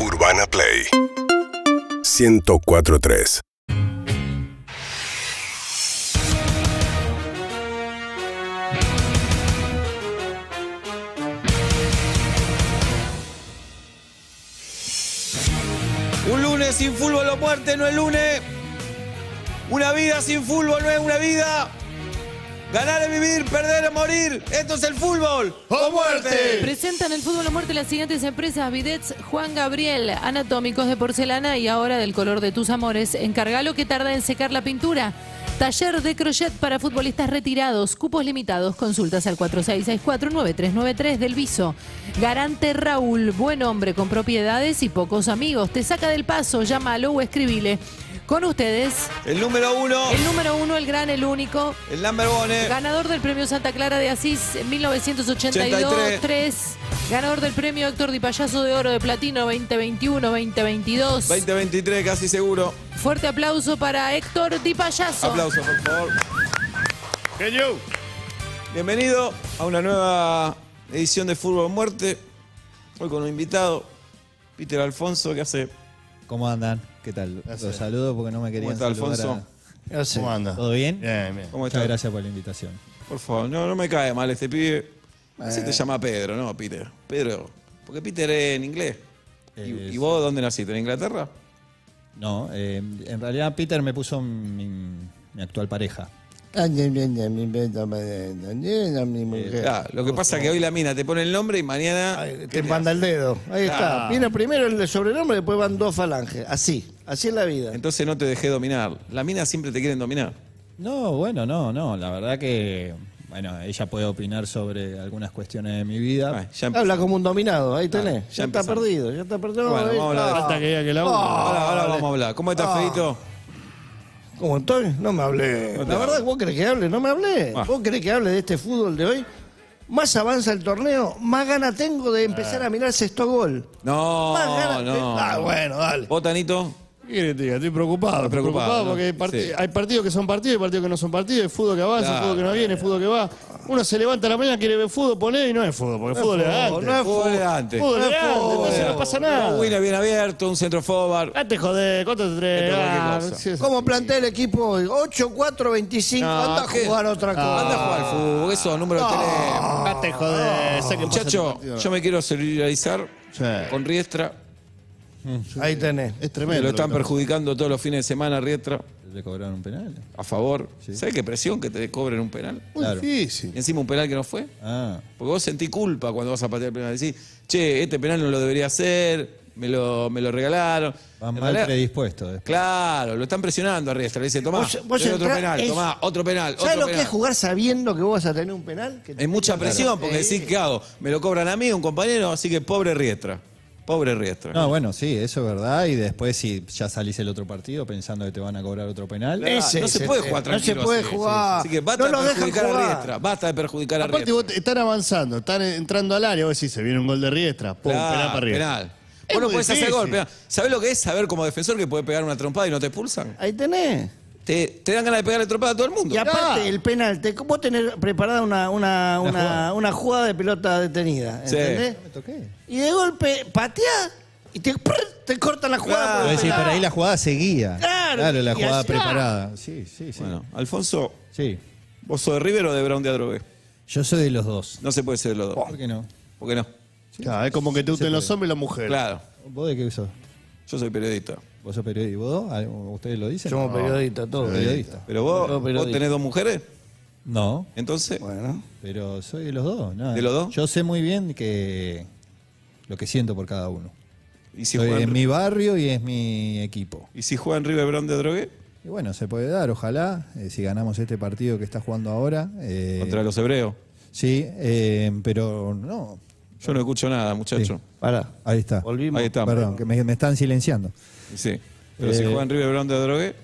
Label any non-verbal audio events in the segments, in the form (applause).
Urbana Play 1043 Un lunes sin fútbol o muerte no es lunes. Una vida sin fútbol no es una vida. Ganar es vivir, perder es morir. Esto es el fútbol. ¡O muerte! Presentan el fútbol a muerte las siguientes empresas: Videts, Juan Gabriel, Anatómicos de Porcelana y ahora del color de tus amores. Encargalo que tarda en secar la pintura. Taller de crochet para futbolistas retirados, cupos limitados, consultas al 4664-9393 del Viso. Garante Raúl, buen hombre con propiedades y pocos amigos. Te saca del paso, llámalo o escribile. Con ustedes, El número uno, el número uno, el gran, el único, el number one. eh. Ganador del premio Santa Clara de Asís en 1982, 83. 3. Ganador del premio Héctor Di Payaso de Oro de Platino 2021, 2022. 2023, casi seguro. Fuerte aplauso para Héctor Di Payaso. Aplausos, por favor. Bienvenido a una nueva edición de Fútbol o Muerte. Hoy con un invitado, Peter Alfonso, que hace. ¿Cómo andan? ¿Qué tal? Los saludo porque no me querían está, saludar Alfonso? a- ¿Cómo anda? ¿Todo bien? Bien, bien. ¿Cómo Muchas estás? gracias por la invitación. Por favor, no, no me cae mal este pibe. Eh. Se te llama Pedro, ¿no, Peter? Pedro. Porque Peter es en inglés. ¿Y, Eh, y vos dónde naciste? ¿En Inglaterra? No, eh, en realidad Peter me puso mi, mi actual pareja. mi mujer. Ah, lo que pasa es que hoy la mina te pone el nombre y mañana. Ay, Te manda el dedo. Ahí está. Viene primero el sobrenombre, después van dos falanges. Así. Así es la vida. Entonces no te dejé dominar. Las minas siempre te quieren dominar. No, bueno, no, no. La verdad que, bueno, ella puede opinar sobre algunas cuestiones de mi vida. Ah, ya empe- Habla como un dominado. Ahí tenés. ya Ya, está empezamos. perdido. Ya está perdido. Bueno, Ahí vamos a hablar de- está. Ah, Falta ahora, ahora vamos a hablar. ¿Cómo estás, Fedito? ¿Cómo estoy? No me hablé. La verdad, ¿vos crees que hable? No me hablé. Ah. ¿Vos crees que hable de este fútbol de hoy? Más avanza el torneo, más gana tengo de Ah. empezar a mirar sexto gol. Más No, gana- no. Ah, bueno, dale. ¿Vos, Tanito? ¿Qué querés que te diga? Estoy preocupado. Estás Estoy preocupado, preocupado, ¿no? porque hay, parti- Sí. hay partidos que son partidos y partidos que no son partidos. Hay fútbol que avanza, Claro. fútbol que no viene, fútbol que va. Uno se levanta a la mañana, quiere ver fútbol, poné y no es fútbol, porque fútbol es antes. no es Fútbol de antes. Fútbol no es es antes, fútbol. entonces no pasa nada. Un winner bien abierto, un centro forward. Ah, te jodés, ¿cuánto te traes? Esto es cualquier Ah, cosa. sí, sí. ¿Cómo plantea el equipo hoy? 8, 4, 25. No, anda a Ah, ¿qué? jugar otra cosa. Anda a jugar al fútbol, eso, número de teléfono. Ah, te jodés, sé que pasa el Muchacho, partido. yo me quiero solidarizar Sí. con Riestra. Ahí tenés. Es que tremendo. lo están que está- perjudicando todos los fines de semana, Riestra. ¿Le cobraron un penal? A favor. ¿Sabes qué presión que te cobren un penal? Muy Claro. difícil. Y encima un penal que no fue. Ah, Porque vos sentí culpa cuando vas a patear el penal. Decís, che, este penal no lo debería hacer, me lo, me lo regalaron. van En mal realidad- predispuestos. después. Claro, lo están presionando a Riestra. Le dice, tomá, Vos- vos tenés otro entrá- penal, es- tomá, otro penal, ¿Sabes otro lo que penal. es jugar sabiendo que vos vas a tener un penal? Que Eh, te- Hay mucha presión porque decís, ¿qué hago? Me lo cobran a mí, un compañero, así que pobre Riestra. Pobre Riestra. No, bueno, sí, eso es verdad. Y después, si ya salís el otro partido pensando que te van a cobrar otro penal. Claro, Ese no es se el puede tema. jugar tranquilo. No se puede así. jugar. Así que basta no lo de dejan perjudicar a Riestra. jugar. Basta de perjudicar a Aparte, Riestra. vos te- están avanzando, están entrando al área, vos decís, se viene un gol de riestra, pum, Claro, penal para riestra. penal. Es Vos no muy podés hacer difícil. gol, penal. ¿Sabés lo que es saber como defensor que puede pegar una trompada y no te expulsan? Ahí tenés. Te, te dan ganas de pegarle trompada a todo el mundo. Y aparte, el penal, te, vos tenés preparada una, una, una, jugada. una jugada de pelota detenida, Sí. ¿entendés? eh, Me toqué. Y de golpe pateás y te, prr, te cortan la jugada. Claro. por Pero el decís, penal. por ahí la jugada seguía. Claro, la y jugada así- preparada. Sí, sí, sí. Bueno, Alfonso, Sí. ¿vos sos de River o de Brown de Adrogué? Yo soy de los dos. No se puede ser de Oh. los dos. ¿Por qué no? ¿Por qué no? Claro, es como que te gusten los hombres y las mujeres. Claro, ¿Vos de qué sos? yo soy periodista. ¿Vos sos periodista? ¿Vos? dos? ¿Ustedes lo dicen? Somos No. periodistas, todos. Periodista. Pero vos, No, periodista. vos tenés dos mujeres, No, entonces, Bueno. pero soy de los dos. nada. ¿De los dos? Yo sé muy bien que lo que siento por cada uno. ¿y si Soy en juegan, mi barrio y es mi equipo. ¿y si juegan River Brown de Adrogué? Y bueno, se puede dar, ojalá, eh, si ganamos este partido que está jugando ahora. eh, Contra los hebreos. Sí, eh, pero no. Yo no escucho nada, muchacho. Pará. Ahí está. Volvimos. Ahí está. Perdón, que me, me están silenciando. Sí. Pero si Eh. juegan River Brown de Adrogué,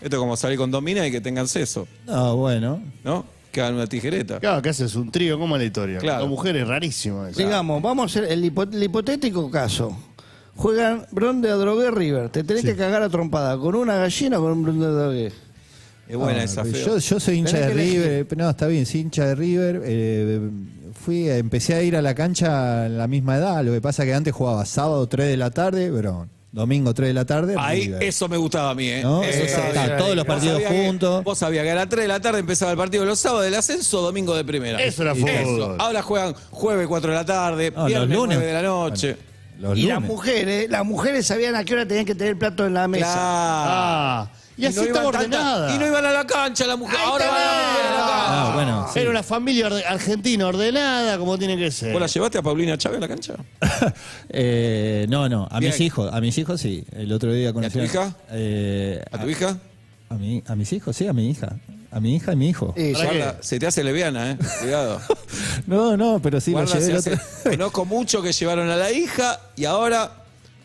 esto es como salir con domina y que tengan seso, No, bueno. ¿no? Que hagan una tijereta. Claro, que haces un trío, ¿cómo es la historia? Claro. Con mujeres, rarísimo eso. Digamos, vamos a hacer el, hipo- el hipotético caso. Juegan Bronde a Drogué River. Te tenés que cagar a trompada con una gallina o con un Bronde a Drogué. Es buena Ah, esa pero feo. Yo, yo soy hincha Tenés de que elegir. River. eh, No, está bien, soy hincha de River. eh, fui, empecé a ir a la cancha a la misma edad. Lo que pasa que antes jugaba sábado 3 de la tarde, pero domingo 3 de la tarde. Ahí, River. eso me gustaba a mí, ¿eh? ¿No? Eso Eso estaba está, bien. todos los Vos partidos sabías que- juntos. vos sabías que a las 3 de la tarde empezaba el partido los sábados del ascenso, domingo de primera. Eso era fútbol. Ahora juegan jueves 4 de la tarde, No, viernes los lunes. 9 de la noche. Los Y las lunes. mujeres, las mujeres sabían a qué hora tenían que tener el plato en la mesa. Claro. Ah, y, así no iban estaba tantas- ordenada. Y no iban a la cancha la mujer. Ahí Ahora está. van a la mujer a la cancha. Ah, bueno, (laughs) sí. Era una familia orde- argentina ordenada, como tiene que ser. ¿Vos la llevaste a Paulina Chávez a la cancha? Eh, no, no, a Bien. mis hijos, a mis hijos sí. El otro día tu conocí hija? Eh, ¿A tu hija? A, mi- a mis hijos, sí, a mi hija. A mi hija y mi hijo. Sí, ¿Para qué? Guarda, se te hace leviana, ¿eh? (laughs) Cuidado. No, no, pero sí, lo Guarda, llevé se el hace- otro (laughs) (laughs) Conozco mucho que llevaron a la hija y ahora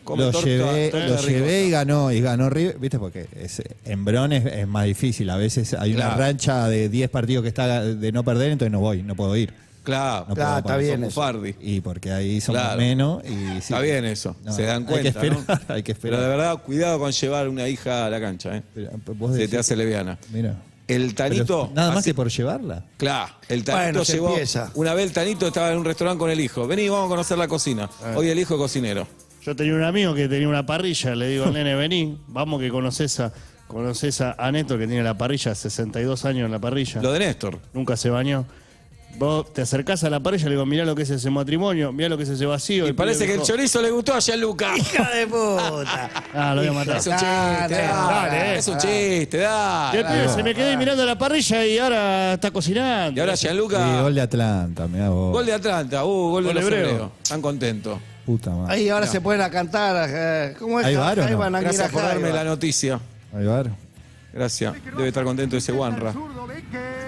come Lo torta- llevé, torta lo de llevé y ricota. ganó, y ganó River, viste, porque es- en Bron es, es más difícil, a veces hay una Claro. rancha de 10 partidos que está de no perder, entonces no voy, no puedo ir. Claro, No Claro, puedo está poner- bien como eso. Fardi. Y porque ahí somos Claro. menos. Y, sí. Está bien eso, No, se dan cuenta. Hay que esperar, (laughs) ¿no? hay que Pero de esperar. verdad, cuidado con llevar una hija a la cancha, ¿eh? Pero, ah, vos Se decís- te hace leviana. Mira. El Pero Tanito. nada más así- que por llevarla. Claro, el Tanito Bueno, se llevó. empieza. Una vez el Tanito estaba en un restaurante con el hijo. Vení, vamos a conocer la cocina. Ah. Hoy el hijo es cocinero. Yo tenía un amigo que tenía una parrilla, le digo al nene, vení, vamos que conoces a, conoces a, a Néstor que tiene la parrilla, 62 años en la parrilla, Lo de Néstor. nunca se bañó. Vos te acercás a la parrilla y le digo, mirá lo que es ese matrimonio, mirá lo que es ese vacío. Y el parece pibe que el dijo, chorizo le gustó a Gianluca. Hija de puta. (laughs) Ah, lo voy a matar. Es un chiste, Ah, dale, dale, eh. es un chiste, Y el dale. pibe se me quedé mirando la parrilla y ahora está cocinando. Ah, Y ahora Y Gianluca, gol de Atlanta, mirá vos. gol de Atlanta, uh, gol de Gol los hebreo. hebreos. Están contentos. Puta madre. Ahí ahora se pueden a cantar. eh, ¿Cómo es? ¿Hay bar o no? Jaiba, Nanguira, Gracias por darme Jaiba. la noticia. Ahí va. Gracias. Debe estar contento ese Wanra.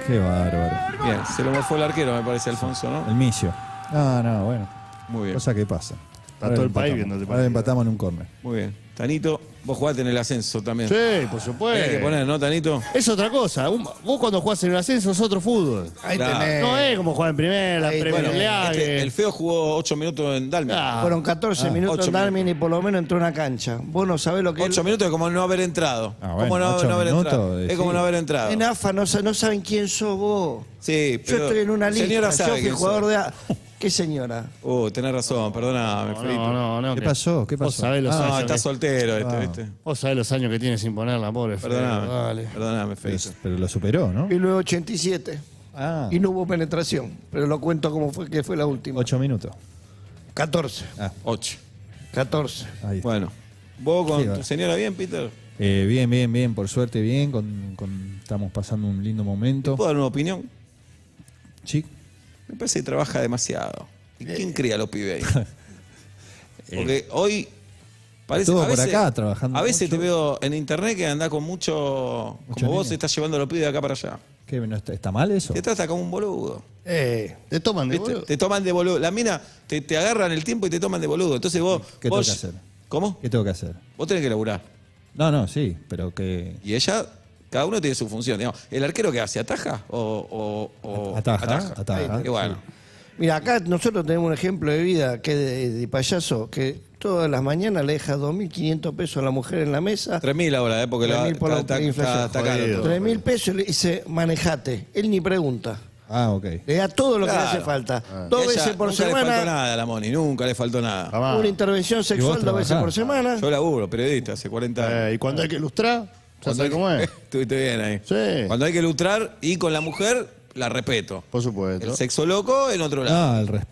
Qué bárbaro. Bien, se lo morfó el arquero, me parece, Alfonso, ¿no? El misio. No, no, bueno. Muy bien, Cosa que pasa. Ahora todo lo el país empatamos. viendo este Ahora partido. empatamos en un córner. muy bien. Tanito, vos jugaste en el ascenso también. Sí, por Hay que supuesto. poner, ¿no, Tanito? Es otra cosa. Un- vos cuando jugás en el ascenso es otro fútbol. Ahí Claro. tenés. No eh. Eh, es como jugar en primera, Ahí, en bueno, primera. Este, el feo jugó 8 minutos en Dalma. Ah, Fueron 14 minutos ocho en Darwin y por lo menos entró una cancha. Vos no sabés lo que 8 es. minutos es como no haber entrado. Ah, como bueno, no, ocho no haber minutos, entrado. Es sí. como no haber entrado. En AFA no, sa- no saben quién sos vos. Sí, Yo pero estoy en una lista. Señora sabe yo fui quién jugador soy. de A- ¿Qué señora? Uh, tenés razón, perdóname, no, Felipe. no, no, no, ¿Qué que- pasó? ¿Qué Vos pasó? sabés los Ah, No, años. está que- soltero este, ¿viste? Vos sabés los años que tiene sin ponerla, pobre. Fede. Ah. Perdóname. Dale. Perdóname, Pero, Felipe. pero lo superó, ¿no? 1987. Ah, Y no hubo penetración. Pero lo cuento como fue que fue la última. ocho minutos. Ah, 14. 8. 14. Ahí está. Oh, Bueno. ¿Vos con Sí, va. tu señora bien, Peter? Eh, bien, bien, bien. Por suerte, bien. Con, con- estamos pasando un lindo momento. ¿Puedo dar una opinión? Sí. Me parece que trabaja demasiado. Eh. ¿Y quién cría a los pibes (laughs) ahí? Porque hoy parece Estuvo a por veces, acá trabajando A veces mucho. te veo en internet que andás con mucho. como vos niño. estás llevando a los pibes de acá para allá. ¿Qué, no está, está mal eso? Te trata como un boludo. Eh, Te toman de ¿Viste? boludo. Te toman de boludo. La mina te, te agarran el tiempo y te toman de boludo. Entonces vos. ¿Qué tengo vos- que hacer? ¿Cómo? ¿Qué tengo que hacer? Vos tenés que laburar. No, no, sí, pero que. Y ella, cada uno tiene su función. digamos. ¿El arquero qué hace? ¿Ataja o, o- o- Ataja, ataja. Y (laughs) bueno, Mira, acá nosotros tenemos un ejemplo de vida que de, de payaso que todas las mañanas le deja 2.500 pesos a la mujer en la mesa. 3.000 ahora, ¿eh? porque la- 3.000 por la está, está- inflación. está caro Jodido. todo. 3.000 pesos y le dice, manejate. Él ni pregunta. Ah, ok. Le da todo lo que Claro. Ah. le hace falta. Y Dos ella veces por nunca le faltó semana, Ah, nada a la Moni, nunca le faltó nada. Jamás. una intervención sexual dos veces trabajás. por semana. Yo laburo, periodista, hace 40 años. Ah. Eh, y cuando hay que ilustrar, ya sabés cómo (laughs) Eh. es. (laughs) Estuviste bien ahí. Sí. Cuando hay que lucrar y con la mujer, la respeto. Por El supuesto. sexo loco en otro lado. Ah, el resp-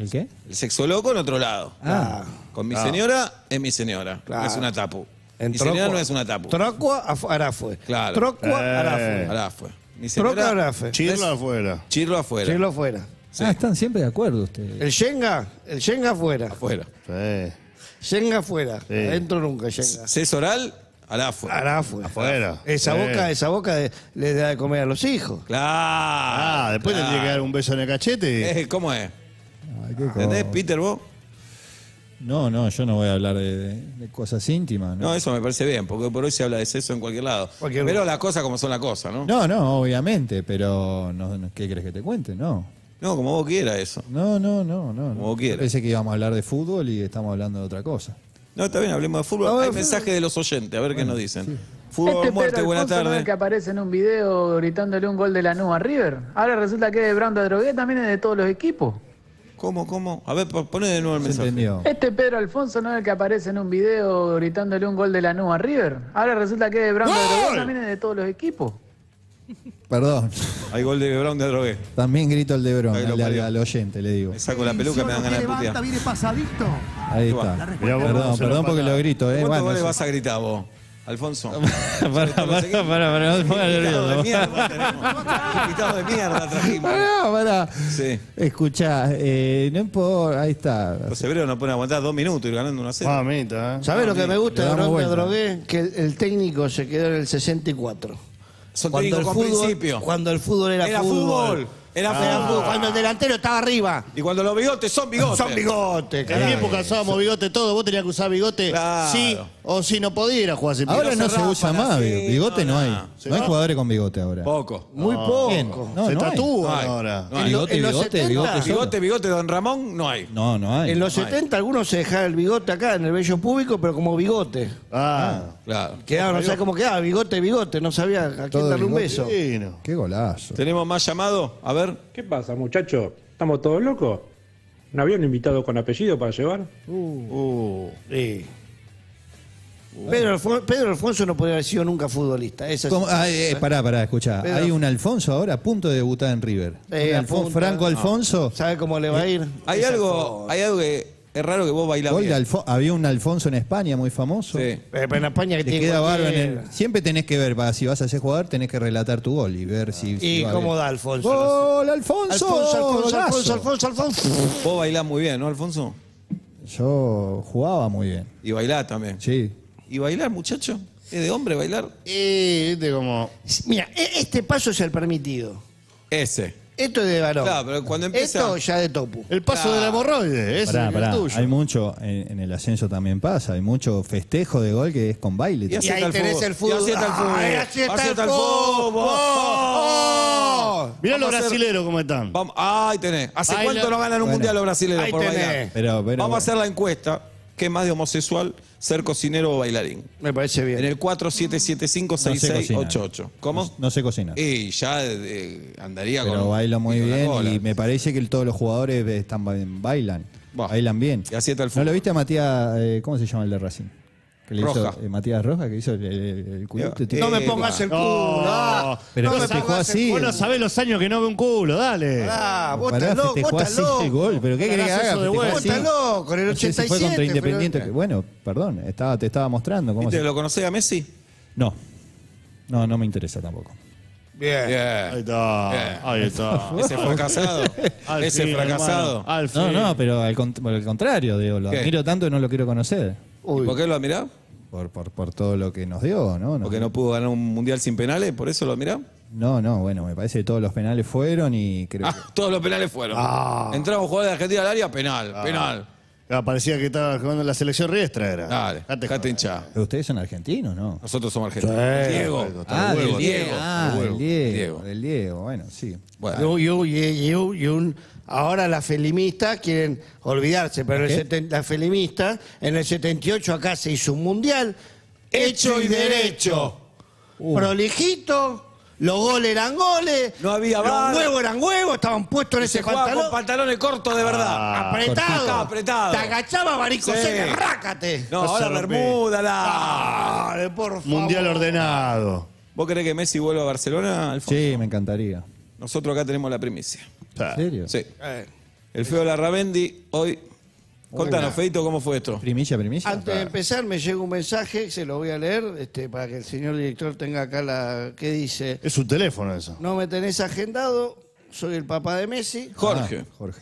¿El qué? El sexo loco en otro lado. Ah, Con mi señora es mi señora. Claro. No es una tapu. En mi Trocua- señora no es una tapu. Trocua a Arafue. Claro. Trocua Eh. Arafue. Ahora fue. Mi Trocua señora. Arafue. Chirla afuera. Chirlo afuera. Chirlo afuera. Ah, están siempre de acuerdo ustedes. El Shenga, el Shenga afuera. Afuera. Sí. Shenga afuera. Sí. Adentro nunca, Shenga. Sexo oral, ahora afuera. Arafue. Afuera. Esa Sí. boca, esa boca de- le da de comer a los hijos. Claro. Ah, después le tiene que dar un beso en el cachete. y- Eh, ¿Cómo es? Ay, qué Ah, ¿Entendés, cosa. Peter, vos? No, no, yo no voy a hablar de, de- de cosas íntimas. No, No, eso me parece bien, porque por hoy se habla de sexo en cualquier lado. Cualquier Pero lugar. las cosas como son las cosas, ¿no? ¿no? no, no, obviamente, pero no, no, ¿qué crees que te cuente? No. como vos quieras eso. No, no, no, no. no. Como quieras. Pensé que íbamos a hablar de fútbol y estamos hablando de otra cosa. No, está bien, hablemos de fútbol. No, Hay de mensajes de los oyentes, a ver qué nos dicen. Fútbol este Muerte, Pedro buena Alfonso no es tarde. el que aparece en un video gritándole un gol de la nube a River. Ahora resulta que de Brando Drogué también es de todos los equipos. ¿Cómo, cómo? A ver, po- poné de nuevo el Se mensaje. entendió. Este Pedro Alfonso no es el que aparece en un video gritándole un gol de la nube a River. Ahora resulta que de Brando Drogué también es de todos los equipos. Perdón. Hay gol de Brown de drogué. También grito el de Bron, Ahí lo al, al- parió. al oyente, le digo. Me saco la peluca, me dan ganas de putear. viene pasadito. Ahí está. Mirá vos cómo Perdón, se lo perdón porque pasa. lo grito, ¿eh? ¿Cuántos Bueno, goles eso- vas a gritar vos, Alfonso? (laughs) Pará, Esto lo pará, seguimos. pará, pará, no te Invitado pongas de nervioso. mierda tenemos. Invitado de mierda trajimos. Pará, pará. Sí. Escuchá, eh, no importa, ahí está. Los hebreos nos ponen a aguantar dos minutos y ganando una cero. Mamita, ¿eh? ¿Sabés lo que me le gusta de damos Ronda vuelta. Drogué? Que el, el técnico se quedó en el 64. Son técnicos con principio. cuando el fútbol era, Era fútbol, era fútbol. Cuando el delantero estaba arriba. Y cuando los bigotes son bigotes. Son bigotes, En mi carajo. época usábamos bigote todo, vos tenías que usar bigote Claro. sí o sí no podías ir a jugar sin Ahora bigote. no se rapan usa más, así, bigote. bigote no no, hay. no. Se No hay va. jugadores con bigote ahora. Poco. Muy Bien. poco. No, se no hay. tatúan Ay. ahora. No hay. Bigote, En los bigote, 70, bigote. solo. Bigote, bigote, don Ramón, no hay. No, no hay. En los Ay. 70 algunos se dejaban el bigote acá en el vello público, pero como bigote. Ah, Claro. Quedaba, no sé cómo quedaba, bigote, bigote, no sabía a quién Todo darle un bigote. beso. bueno. Qué golazo. ¿Tenemos más llamado? A ver. ¿Qué pasa, muchachos? ¿Estamos todos locos? ¿No había un invitado con apellido para llevar? Pedro, Alfon- Pedro Alfonso no podría haber sido nunca futbolista. Esa es- ¿Cómo? Ah, eh, eh, pará, pará, escuchá. Pedro. Hay un Alfonso ahora a punto de debutar en River. Eh, Un a Alfon- punto. Franco Alfonso. ¿Sabe cómo le va a ir? Hay Esa algo, hay algo que es raro que vos bailás Gol de bien. Alfo- había un Alfonso en España muy famoso. Sí. Eh, pero en España que Le tiene queda barba en cualquiera. el- Siempre tenés que ver, para, si vas a ser jugador, tenés que relatar tu gol y ver si. si ¿Y va cómo bien. da Alfonso? ¡Gol, Alfonso! Alfonso, Alfonso, Golazo. Alfonso, Alfonso, Alfonso. Vos bailás muy bien, ¿no, Alfonso? Yo jugaba muy bien. Y bailás también. Sí. ¿Y bailar, muchacho? ¿Es de hombre bailar? Y viste como. Mira, e- este paso es el permitido. Ese. Esto es de varón. Claro, pero cuando empieza- Esto ya de topu. El paso Ah. del hemorroide, ese Pará, es pará. el tuyo. Hay mucho, en, en el ascenso también pasa, hay mucho festejo de gol que es con baile. Y así Y ahí está el tenés fútbol. el fútbol. Y así está el fútbol. Ay, así está Así el está el fútbol. fútbol. Oh. Mirá los Vamos a hacer- brasileros cómo están. Vamos, ahí tenés. ¿Hace Baila- cuánto no ganan un Bueno. mundial los brasileños Ahí por tenés. bailar? Pero- pero Vamos a bueno. hacer la encuesta. ¿Qué es más de homosexual, ser cocinero o bailarín? Me parece En bien. el 47756688. ¿Cómo? No, sé cocinar. Y ya eh, andaría con. pero bailo muy y con la bien cola. y me parece que el- todos los jugadores están ba- bailan. Bah. Bailan bien. Y así está el ¿No fútbol. lo viste a Matías, eh, cómo se llama el de Racing? Que le Roja. hizo, eh, Matías Roja, que hizo el, el, el culote, Eh, tío. No me pongas el culo. No. ah, Pero no me festejó pongas el así. Eh, Vos no Oh, sabés los años que no veo un culo, dale. Ah, vos Pará, estás loco, festejó vos estás así el loco. gol. ¿Pero qué querés que Ganás haga? eso de Festejó vuelta. Vos así. estás loco, en el No sé si 87. fue contra pero- Independiente. que- Bueno, perdón, estaba, te estaba mostrando cómo ¿Viste, se... ¿Lo conocés a Messi? No, no, no me interesa tampoco. Bien. Ahí Bien. está, (laughs) ahí está. Ese (laughs) fracasado. Ah, Al Ese fin, fracasado. hermano, Al fin. No, no, pero al, cont- por el contrario, digo, lo ¿Qué? admiro tanto que no lo quiero conocer. ¿Y ¿Por qué lo admirás? Por, por, por todo lo que nos dio, ¿no? Nos- Porque no pudo ganar un mundial sin penales, por eso lo admirás. No, no, bueno, me parece que todos los penales fueron y creo Ah, todos los penales fueron. Entramos jugadores de Argentina al área, penal, penal. Ah, parecía que estaba jugando en la selección riestra, era. Dale, Dejate dejate joder. hinchar. que. ¿Ustedes son argentinos, no? Nosotros somos argentinos. Diego. Ah, Diego, del Diego. Diego, Ah, del Diego, Diego, Diego. Del Diego, bueno, sí. Bueno, Yo, yo, ye- yo, y un- Ahora las felimistas quieren olvidarse, pero el ¿Qué? seten- las felimistas en el 78 acá se hizo un mundial hecho y derecho. Prolijito, los goles eran goles, No había los bar. huevos eran huevos, estaban puestos en se ese jugaba pantalón. con pantalones cortos de verdad. apretado, Estaba apretado. Te agachaba, barico, Sí. seca, rácate. No, Ah. No ahora se rompe. Bermuda, la. Dale, Ah, por favor. Mundial ordenado. ¿Vos querés que Messi vuelva a Barcelona, Alfonso? Sí, me encantaría. Nosotros acá tenemos la primicia. ¿En serio? Ah, Sí. El feo Larrabendi, hoy. Contanos, Feito, ¿cómo fue esto? Primicia, primicia. Antes de empezar, me llega un mensaje, se lo voy a leer, este, para que el señor director tenga acá la que dice. Es un teléfono eso. No me tenés agendado, soy el papá de Messi. Jorge. Ah, Jorge.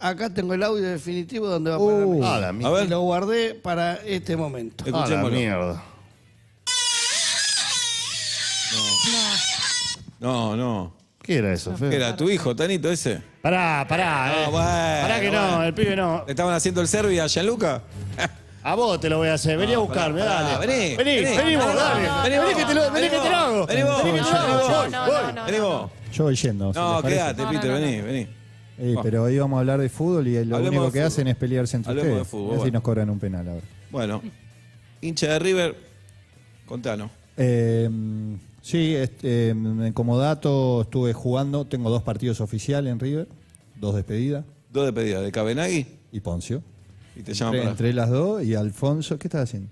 Acá tengo el audio definitivo donde va a poner Messi. Ah, la a mierda. ver. Y lo guardé para este momento. Ah, la Escuchémoslo. mierda. No, no. ¿Qué era eso, ¿Qué Fede? era? ¿Tu hijo, Tanito, ese? Pará, pará. eh. bueno, pará que bueno. no, el pibe no. ¿Le estaban haciendo el servi a Gianluca? A vos te lo voy a hacer. Vení a buscarme, pará, dale. vení, vení, vení. vení vos, No, no, dale. no, Vení, no, que te lo, vení vení que te vos, lo hago. vení vos. que te lo No, hago. no, voy, no, voy. no, no. Vení vos. Yo voy yendo. si No, les parece. quédate, No, no, Peter, no, vení, no. vení. Eh, pero hoy vamos a hablar de fútbol y lo Hablemos único de que fútbol. hacen es pelearse entre Hablemos de ustedes. fútbol, Así bueno. nos cobran un penal ahora. Bueno, hincha de River, Contanos. Eh, sí, este, eh, como dato estuve jugando, tengo dos partidos oficiales en River, dos despedidas Dos de pedida, de Cabenagui y Poncio. y te Entre, llaman para. entre las dos y Alfonso, ¿qué estás haciendo?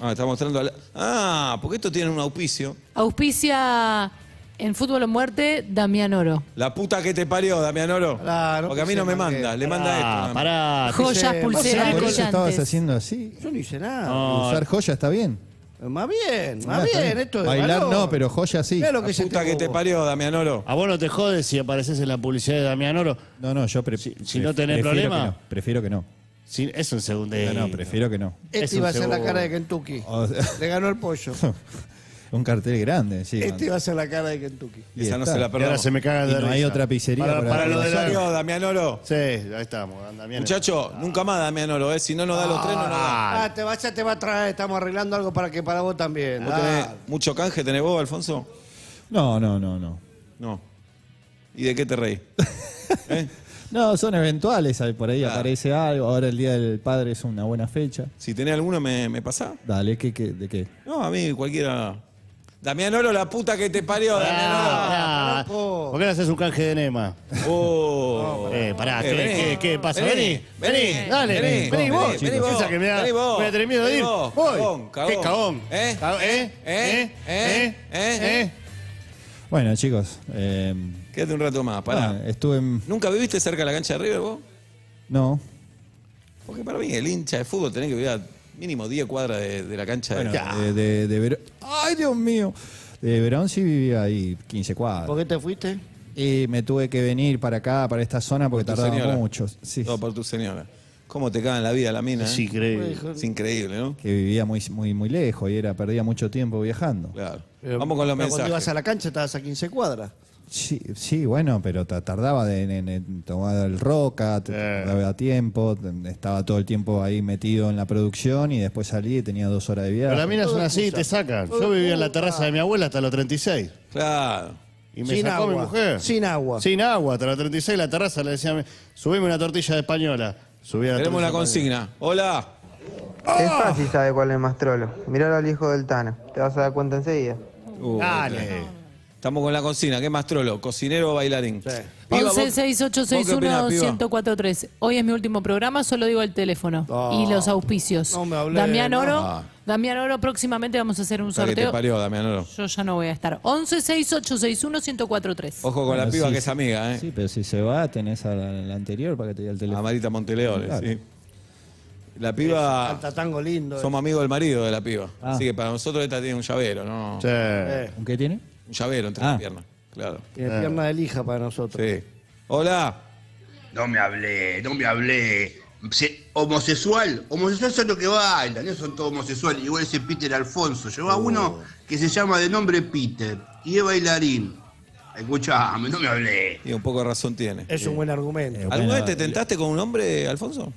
Ah, está mostrando. al- Ah, porque esto tiene un auspicio. Auspicia en Fútbol o Muerte, Damián Oro. La puta que te parió, Damián Oro. Claro, Porque a mí que no se me manque. manda, le manda esto. Ah, nada más. pará. Joyas, dice, pulseras, Ah, por eso estabas brillantes. haciendo así. Yo no hice nada. No, Usar joya está bien. Más bien, Ah, más está bien, esto es Bailar valor. no, pero joya sí. Mirá lo La que este se puta te que te jugó. parió, Damián Oro. A vos no te jodes si apareces en la publicidad de Damián Oro. No, no, yo pre- Si- si no pref- tenés prefiero problema. que no, prefiero que no. Si- es un segundo. No, no, prefiero que no. Es Este un iba a ser la seguro. cara de Kentucky. O sea, (laughs) Le ganó el pollo. un cartel grande, sí. Este iba a ser la cara de Kentucky. Y Esa no está. se la Y ahora perdón. se me caga Y de no risa. hay otra pizzería Para, para- para lo de Se la... parió, Damián Oro. Sí, ahí estamos. Damián. Muchacho, nunca más Damián Oro, ¿eh? Si no nos da los tres, no nos da. Ah, te vas, ya te va a traer. Estamos arreglando algo para que para vos también. ¿Vos Ah, tenés mucho canje tenés vos, Alfonso? No, no, no, no. No. ¿Y de qué te reí? ¿Eh? No, son eventuales, ahí por ahí Claro. aparece algo. Ahora el Día del Padre es una buena fecha. Si tenés alguno, me, me pasá. Dale, ¿qué, qué, de qué? No, a mí cualquiera. Damián Oro, la puta que te parió, Damián Ah, pará. loco. ¿Por qué no haces un canje de Nema? Oro. Oh. Eh, pará, Eh, ¿qué, vení. qué, qué pasa? Vení, Vení, vení, vení, dale, vení, vení, vení vos, vení, chicos. vení vos, Piensa que me da, vení vos, me da tres miedo de vení ir. vos, Voy. cagón, cagón. Qué cagón. ¿Eh? Cagón, ¿Eh? ¿Eh? ¿Eh? ¿Eh? ¿Eh? ¿Eh? ¿Eh? Bueno, chicos, eh, Quédate un rato más, pará. nada, estuve en... ¿Nunca viviste cerca de la cancha de River vos? No. Porque para mí el hincha de fútbol tenés que vivir a mínimo 10 cuadras de, de la cancha Bueno, de... de, de, de Verón... ¡Ay, Dios mío! De Verón sí vivía ahí 15 ¿Por cuadras. qué te fuiste? Y me tuve que venir para acá, para esta zona, porque Tu tardaba señora. mucho. Sí, Todo por tu señora. ¿Cómo te cagan la vida la mina? eh? Es increíble. Es increíble, ¿no? que vivía muy, muy, muy lejos y era perdía mucho tiempo viajando. Claro. Eh, Vamos con los Eh, Pero Cuando ibas mensajes. a la cancha estabas a 15 cuadras. Sí, sí, bueno, pero ta- tardaba de- en, en- en tomar el roca, t- Eh. tardaba tiempo, t- estaba todo el tiempo ahí metido en la producción y después salí y tenía dos horas de viaje. Pero las minas son así y te sacan. Yo vivía en la terraza de mi abuela hasta los 36. Claro. Y me Sin sacó agua. mi mujer. Sin agua. Sin agua. Hasta los 36 la terraza le decía, subime una tortilla de española. Subía la Tenemos tortilla una consigna. Hola. Ah. Es fácil saber cuál es más trolo. Mirar al hijo del Tana. Te vas a dar cuenta enseguida. Uh, Dale. Estamos con la consigna. ¿Qué más trolo? ¿Cocinero o bailarín? Piba, vos- ¿vos qué opinás, piba? 116861-1043. Hoy es mi último programa, solo digo el teléfono y los auspicios. no me hablé, Damián no. Oro, Ah. Damián Oro, próximamente vamos a hacer un Puta que te sorteo. parió, Damián Oro. Yo ya no voy a estar. 116861-1043. Ojo con la Bueno, piba sí, que es sí. amiga, ¿eh? Ah, Sí, pero si se va, tenés a la, la anterior para que te diga el A teléfono. Marita Monteleone, Claro. sí. La piba... Canta tango lindo. eh. Somos amigos del marido de la piba. Ah. Así que para nosotros esta tiene un llavero, ¿no? Sí. Eh, ¿Un ¿Qué tiene? Un llavero entre Ah. las piernas. Claro. tiene pierna de lija para nosotros. Sí. Hola. No me hablé, no me hablé. Se- homosexual, homosexual son los que bailan, no son todos homosexuales, igual ese Peter Alfonso. Lleva Uh. uno que se llama de nombre Peter y es bailarín. Escuchame, no me hablé. Y un poco de razón tiene. Es un buen argumento. Eh, ¿Alguna bueno, vez este te tentaste con un hombre, Alfonso?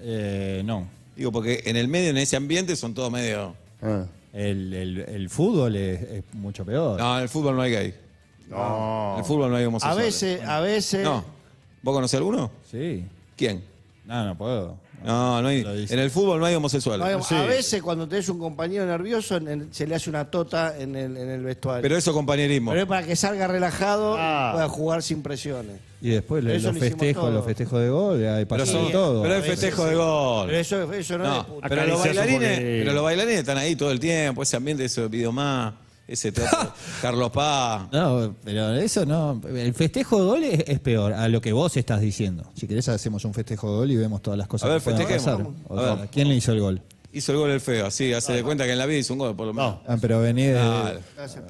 Eh, no. Digo, porque en el medio, en ese ambiente, son todos medio. Ah. El, el- el fútbol es, es mucho peor. No, en el fútbol no hay gay. No. En el fútbol no hay a homosexuales. veces, a veces. No. ¿Vos conocés alguno? Sí. ¿Quién? No, no puedo. No, no hay. Lo dice. En el fútbol no hay homosexuales. No hay- A veces cuando tenés un compañero nervioso en- en- se le hace una tota en el, en el vestuario. Pero eso, compañerismo. Pero es para que salga relajado Ah. y pueda jugar sin presiones. Y después le- Eso los lo hicimos festejos, todo. los festejos de gol, hay Pero, pasó son- de todo. pero es festejo de gol. Pero eso, eso no, es de No, puta. pero los, Acaricia su bailarines, poquito. pero los bailarines están ahí todo el tiempo, ese ambiente, ese video más, ese teatro, Carlos Paz. No, pero eso no. El festejo de gol es, es peor a lo que vos estás diciendo. Si querés, hacemos un festejo de gol y vemos todas las cosas A ver, que pueden pasar. festejemos. O A sea, ver. ¿Quién le hizo el gol? Hizo el gol el feo, así, hace de cuenta que en la vida hizo un gol, por lo menos. Ah, pero vení de- Dale.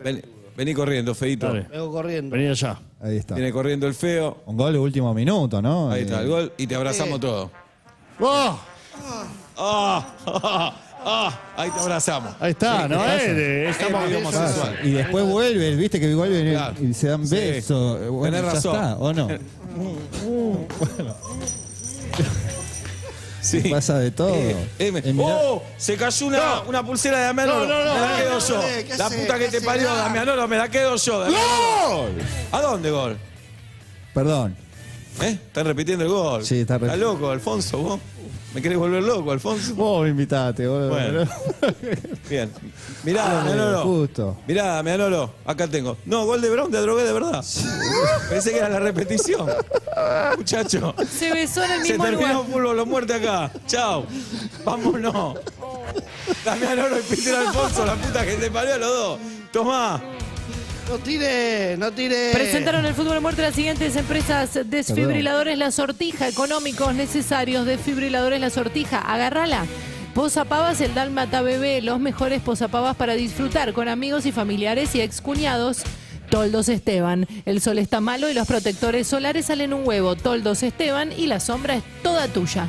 Ven- vení corriendo, feito. Dale. Vengo corriendo. Vení allá. Ahí está. Viene corriendo el feo. Un gol de último minuto, ¿no? Ahí Eh, está el gol y te abrazamos todos. ¡Oh! Ah, (laughs) ah, ah, ahí te abrazamos. Ahí está, ¿no? pasa? Eh, de- estamos- medio homosexual. Y después vuelve, viste que vuelven Claro. y se dan Sí. besos. Eh, Bueno, Tenés ya razón. está, ¿o (laughs) no? Sí. Pasa de todo. Eh, eh, me- Eh, mirá- ¡Oh! Se cayó una, una pulsera de Damián Oro. No, no, no. me la Dale, quedo yo. dale, ¿qué la hace? puta que ¿Qué te hace? parió, Nada. Damián Oro, me la quedo yo. Damián Oro. ¿A dónde gol? Perdón. ¿Eh? Están repitiendo el gol. Sí, está Está repitiendo. loco, Alfonso, vos. ¿Me querés volver loco, Alfonso? Vos me invitaste, boludo. (laughs) Bueno. Bien. Mirá, Ah, Manolo. justo. Mirá, Manolo, acá tengo. No, gol de Brown, te drogué de verdad. Pensé que era la repetición. Muchacho, Se besó en el se mismo terminó lugar. fútbol, los muertes acá. Chao. Vámonos. Damián Oro y Peter Alfonso, la puta que te parió a los dos. Tomá. No tire, no Eh. tire. Presentaron el fútbol a muerte las siguientes empresas: Desfibriladores La Sortija, económicos necesarios, Desfibriladores La Sortija, agarrala. Posapavas el Dálmata Bebé, los mejores posapavas para disfrutar con amigos y familiares y excuñados. Toldos Esteban, el sol está malo y los protectores solares salen un huevo. Toldos Esteban y la sombra es toda tuya.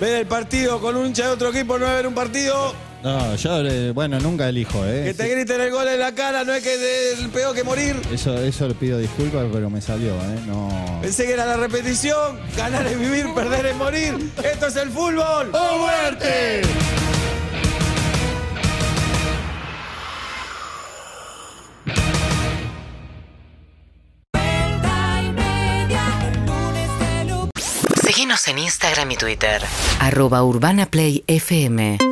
Ver el partido con un hincha de otro equipo no es ver un partido. No, yo, eh, bueno, nunca elijo, ¿eh? Que te griten el gol en la cara, no es que de- el peor que morir. Eso, eso le pido disculpas, pero me salió, ¿eh? No. Pensé que era la repetición. Ganar es vivir, perder es morir. Esto es el fútbol. ¡O muerte! Seguinos en Instagram y Twitter. Arroba Urbana Play FM.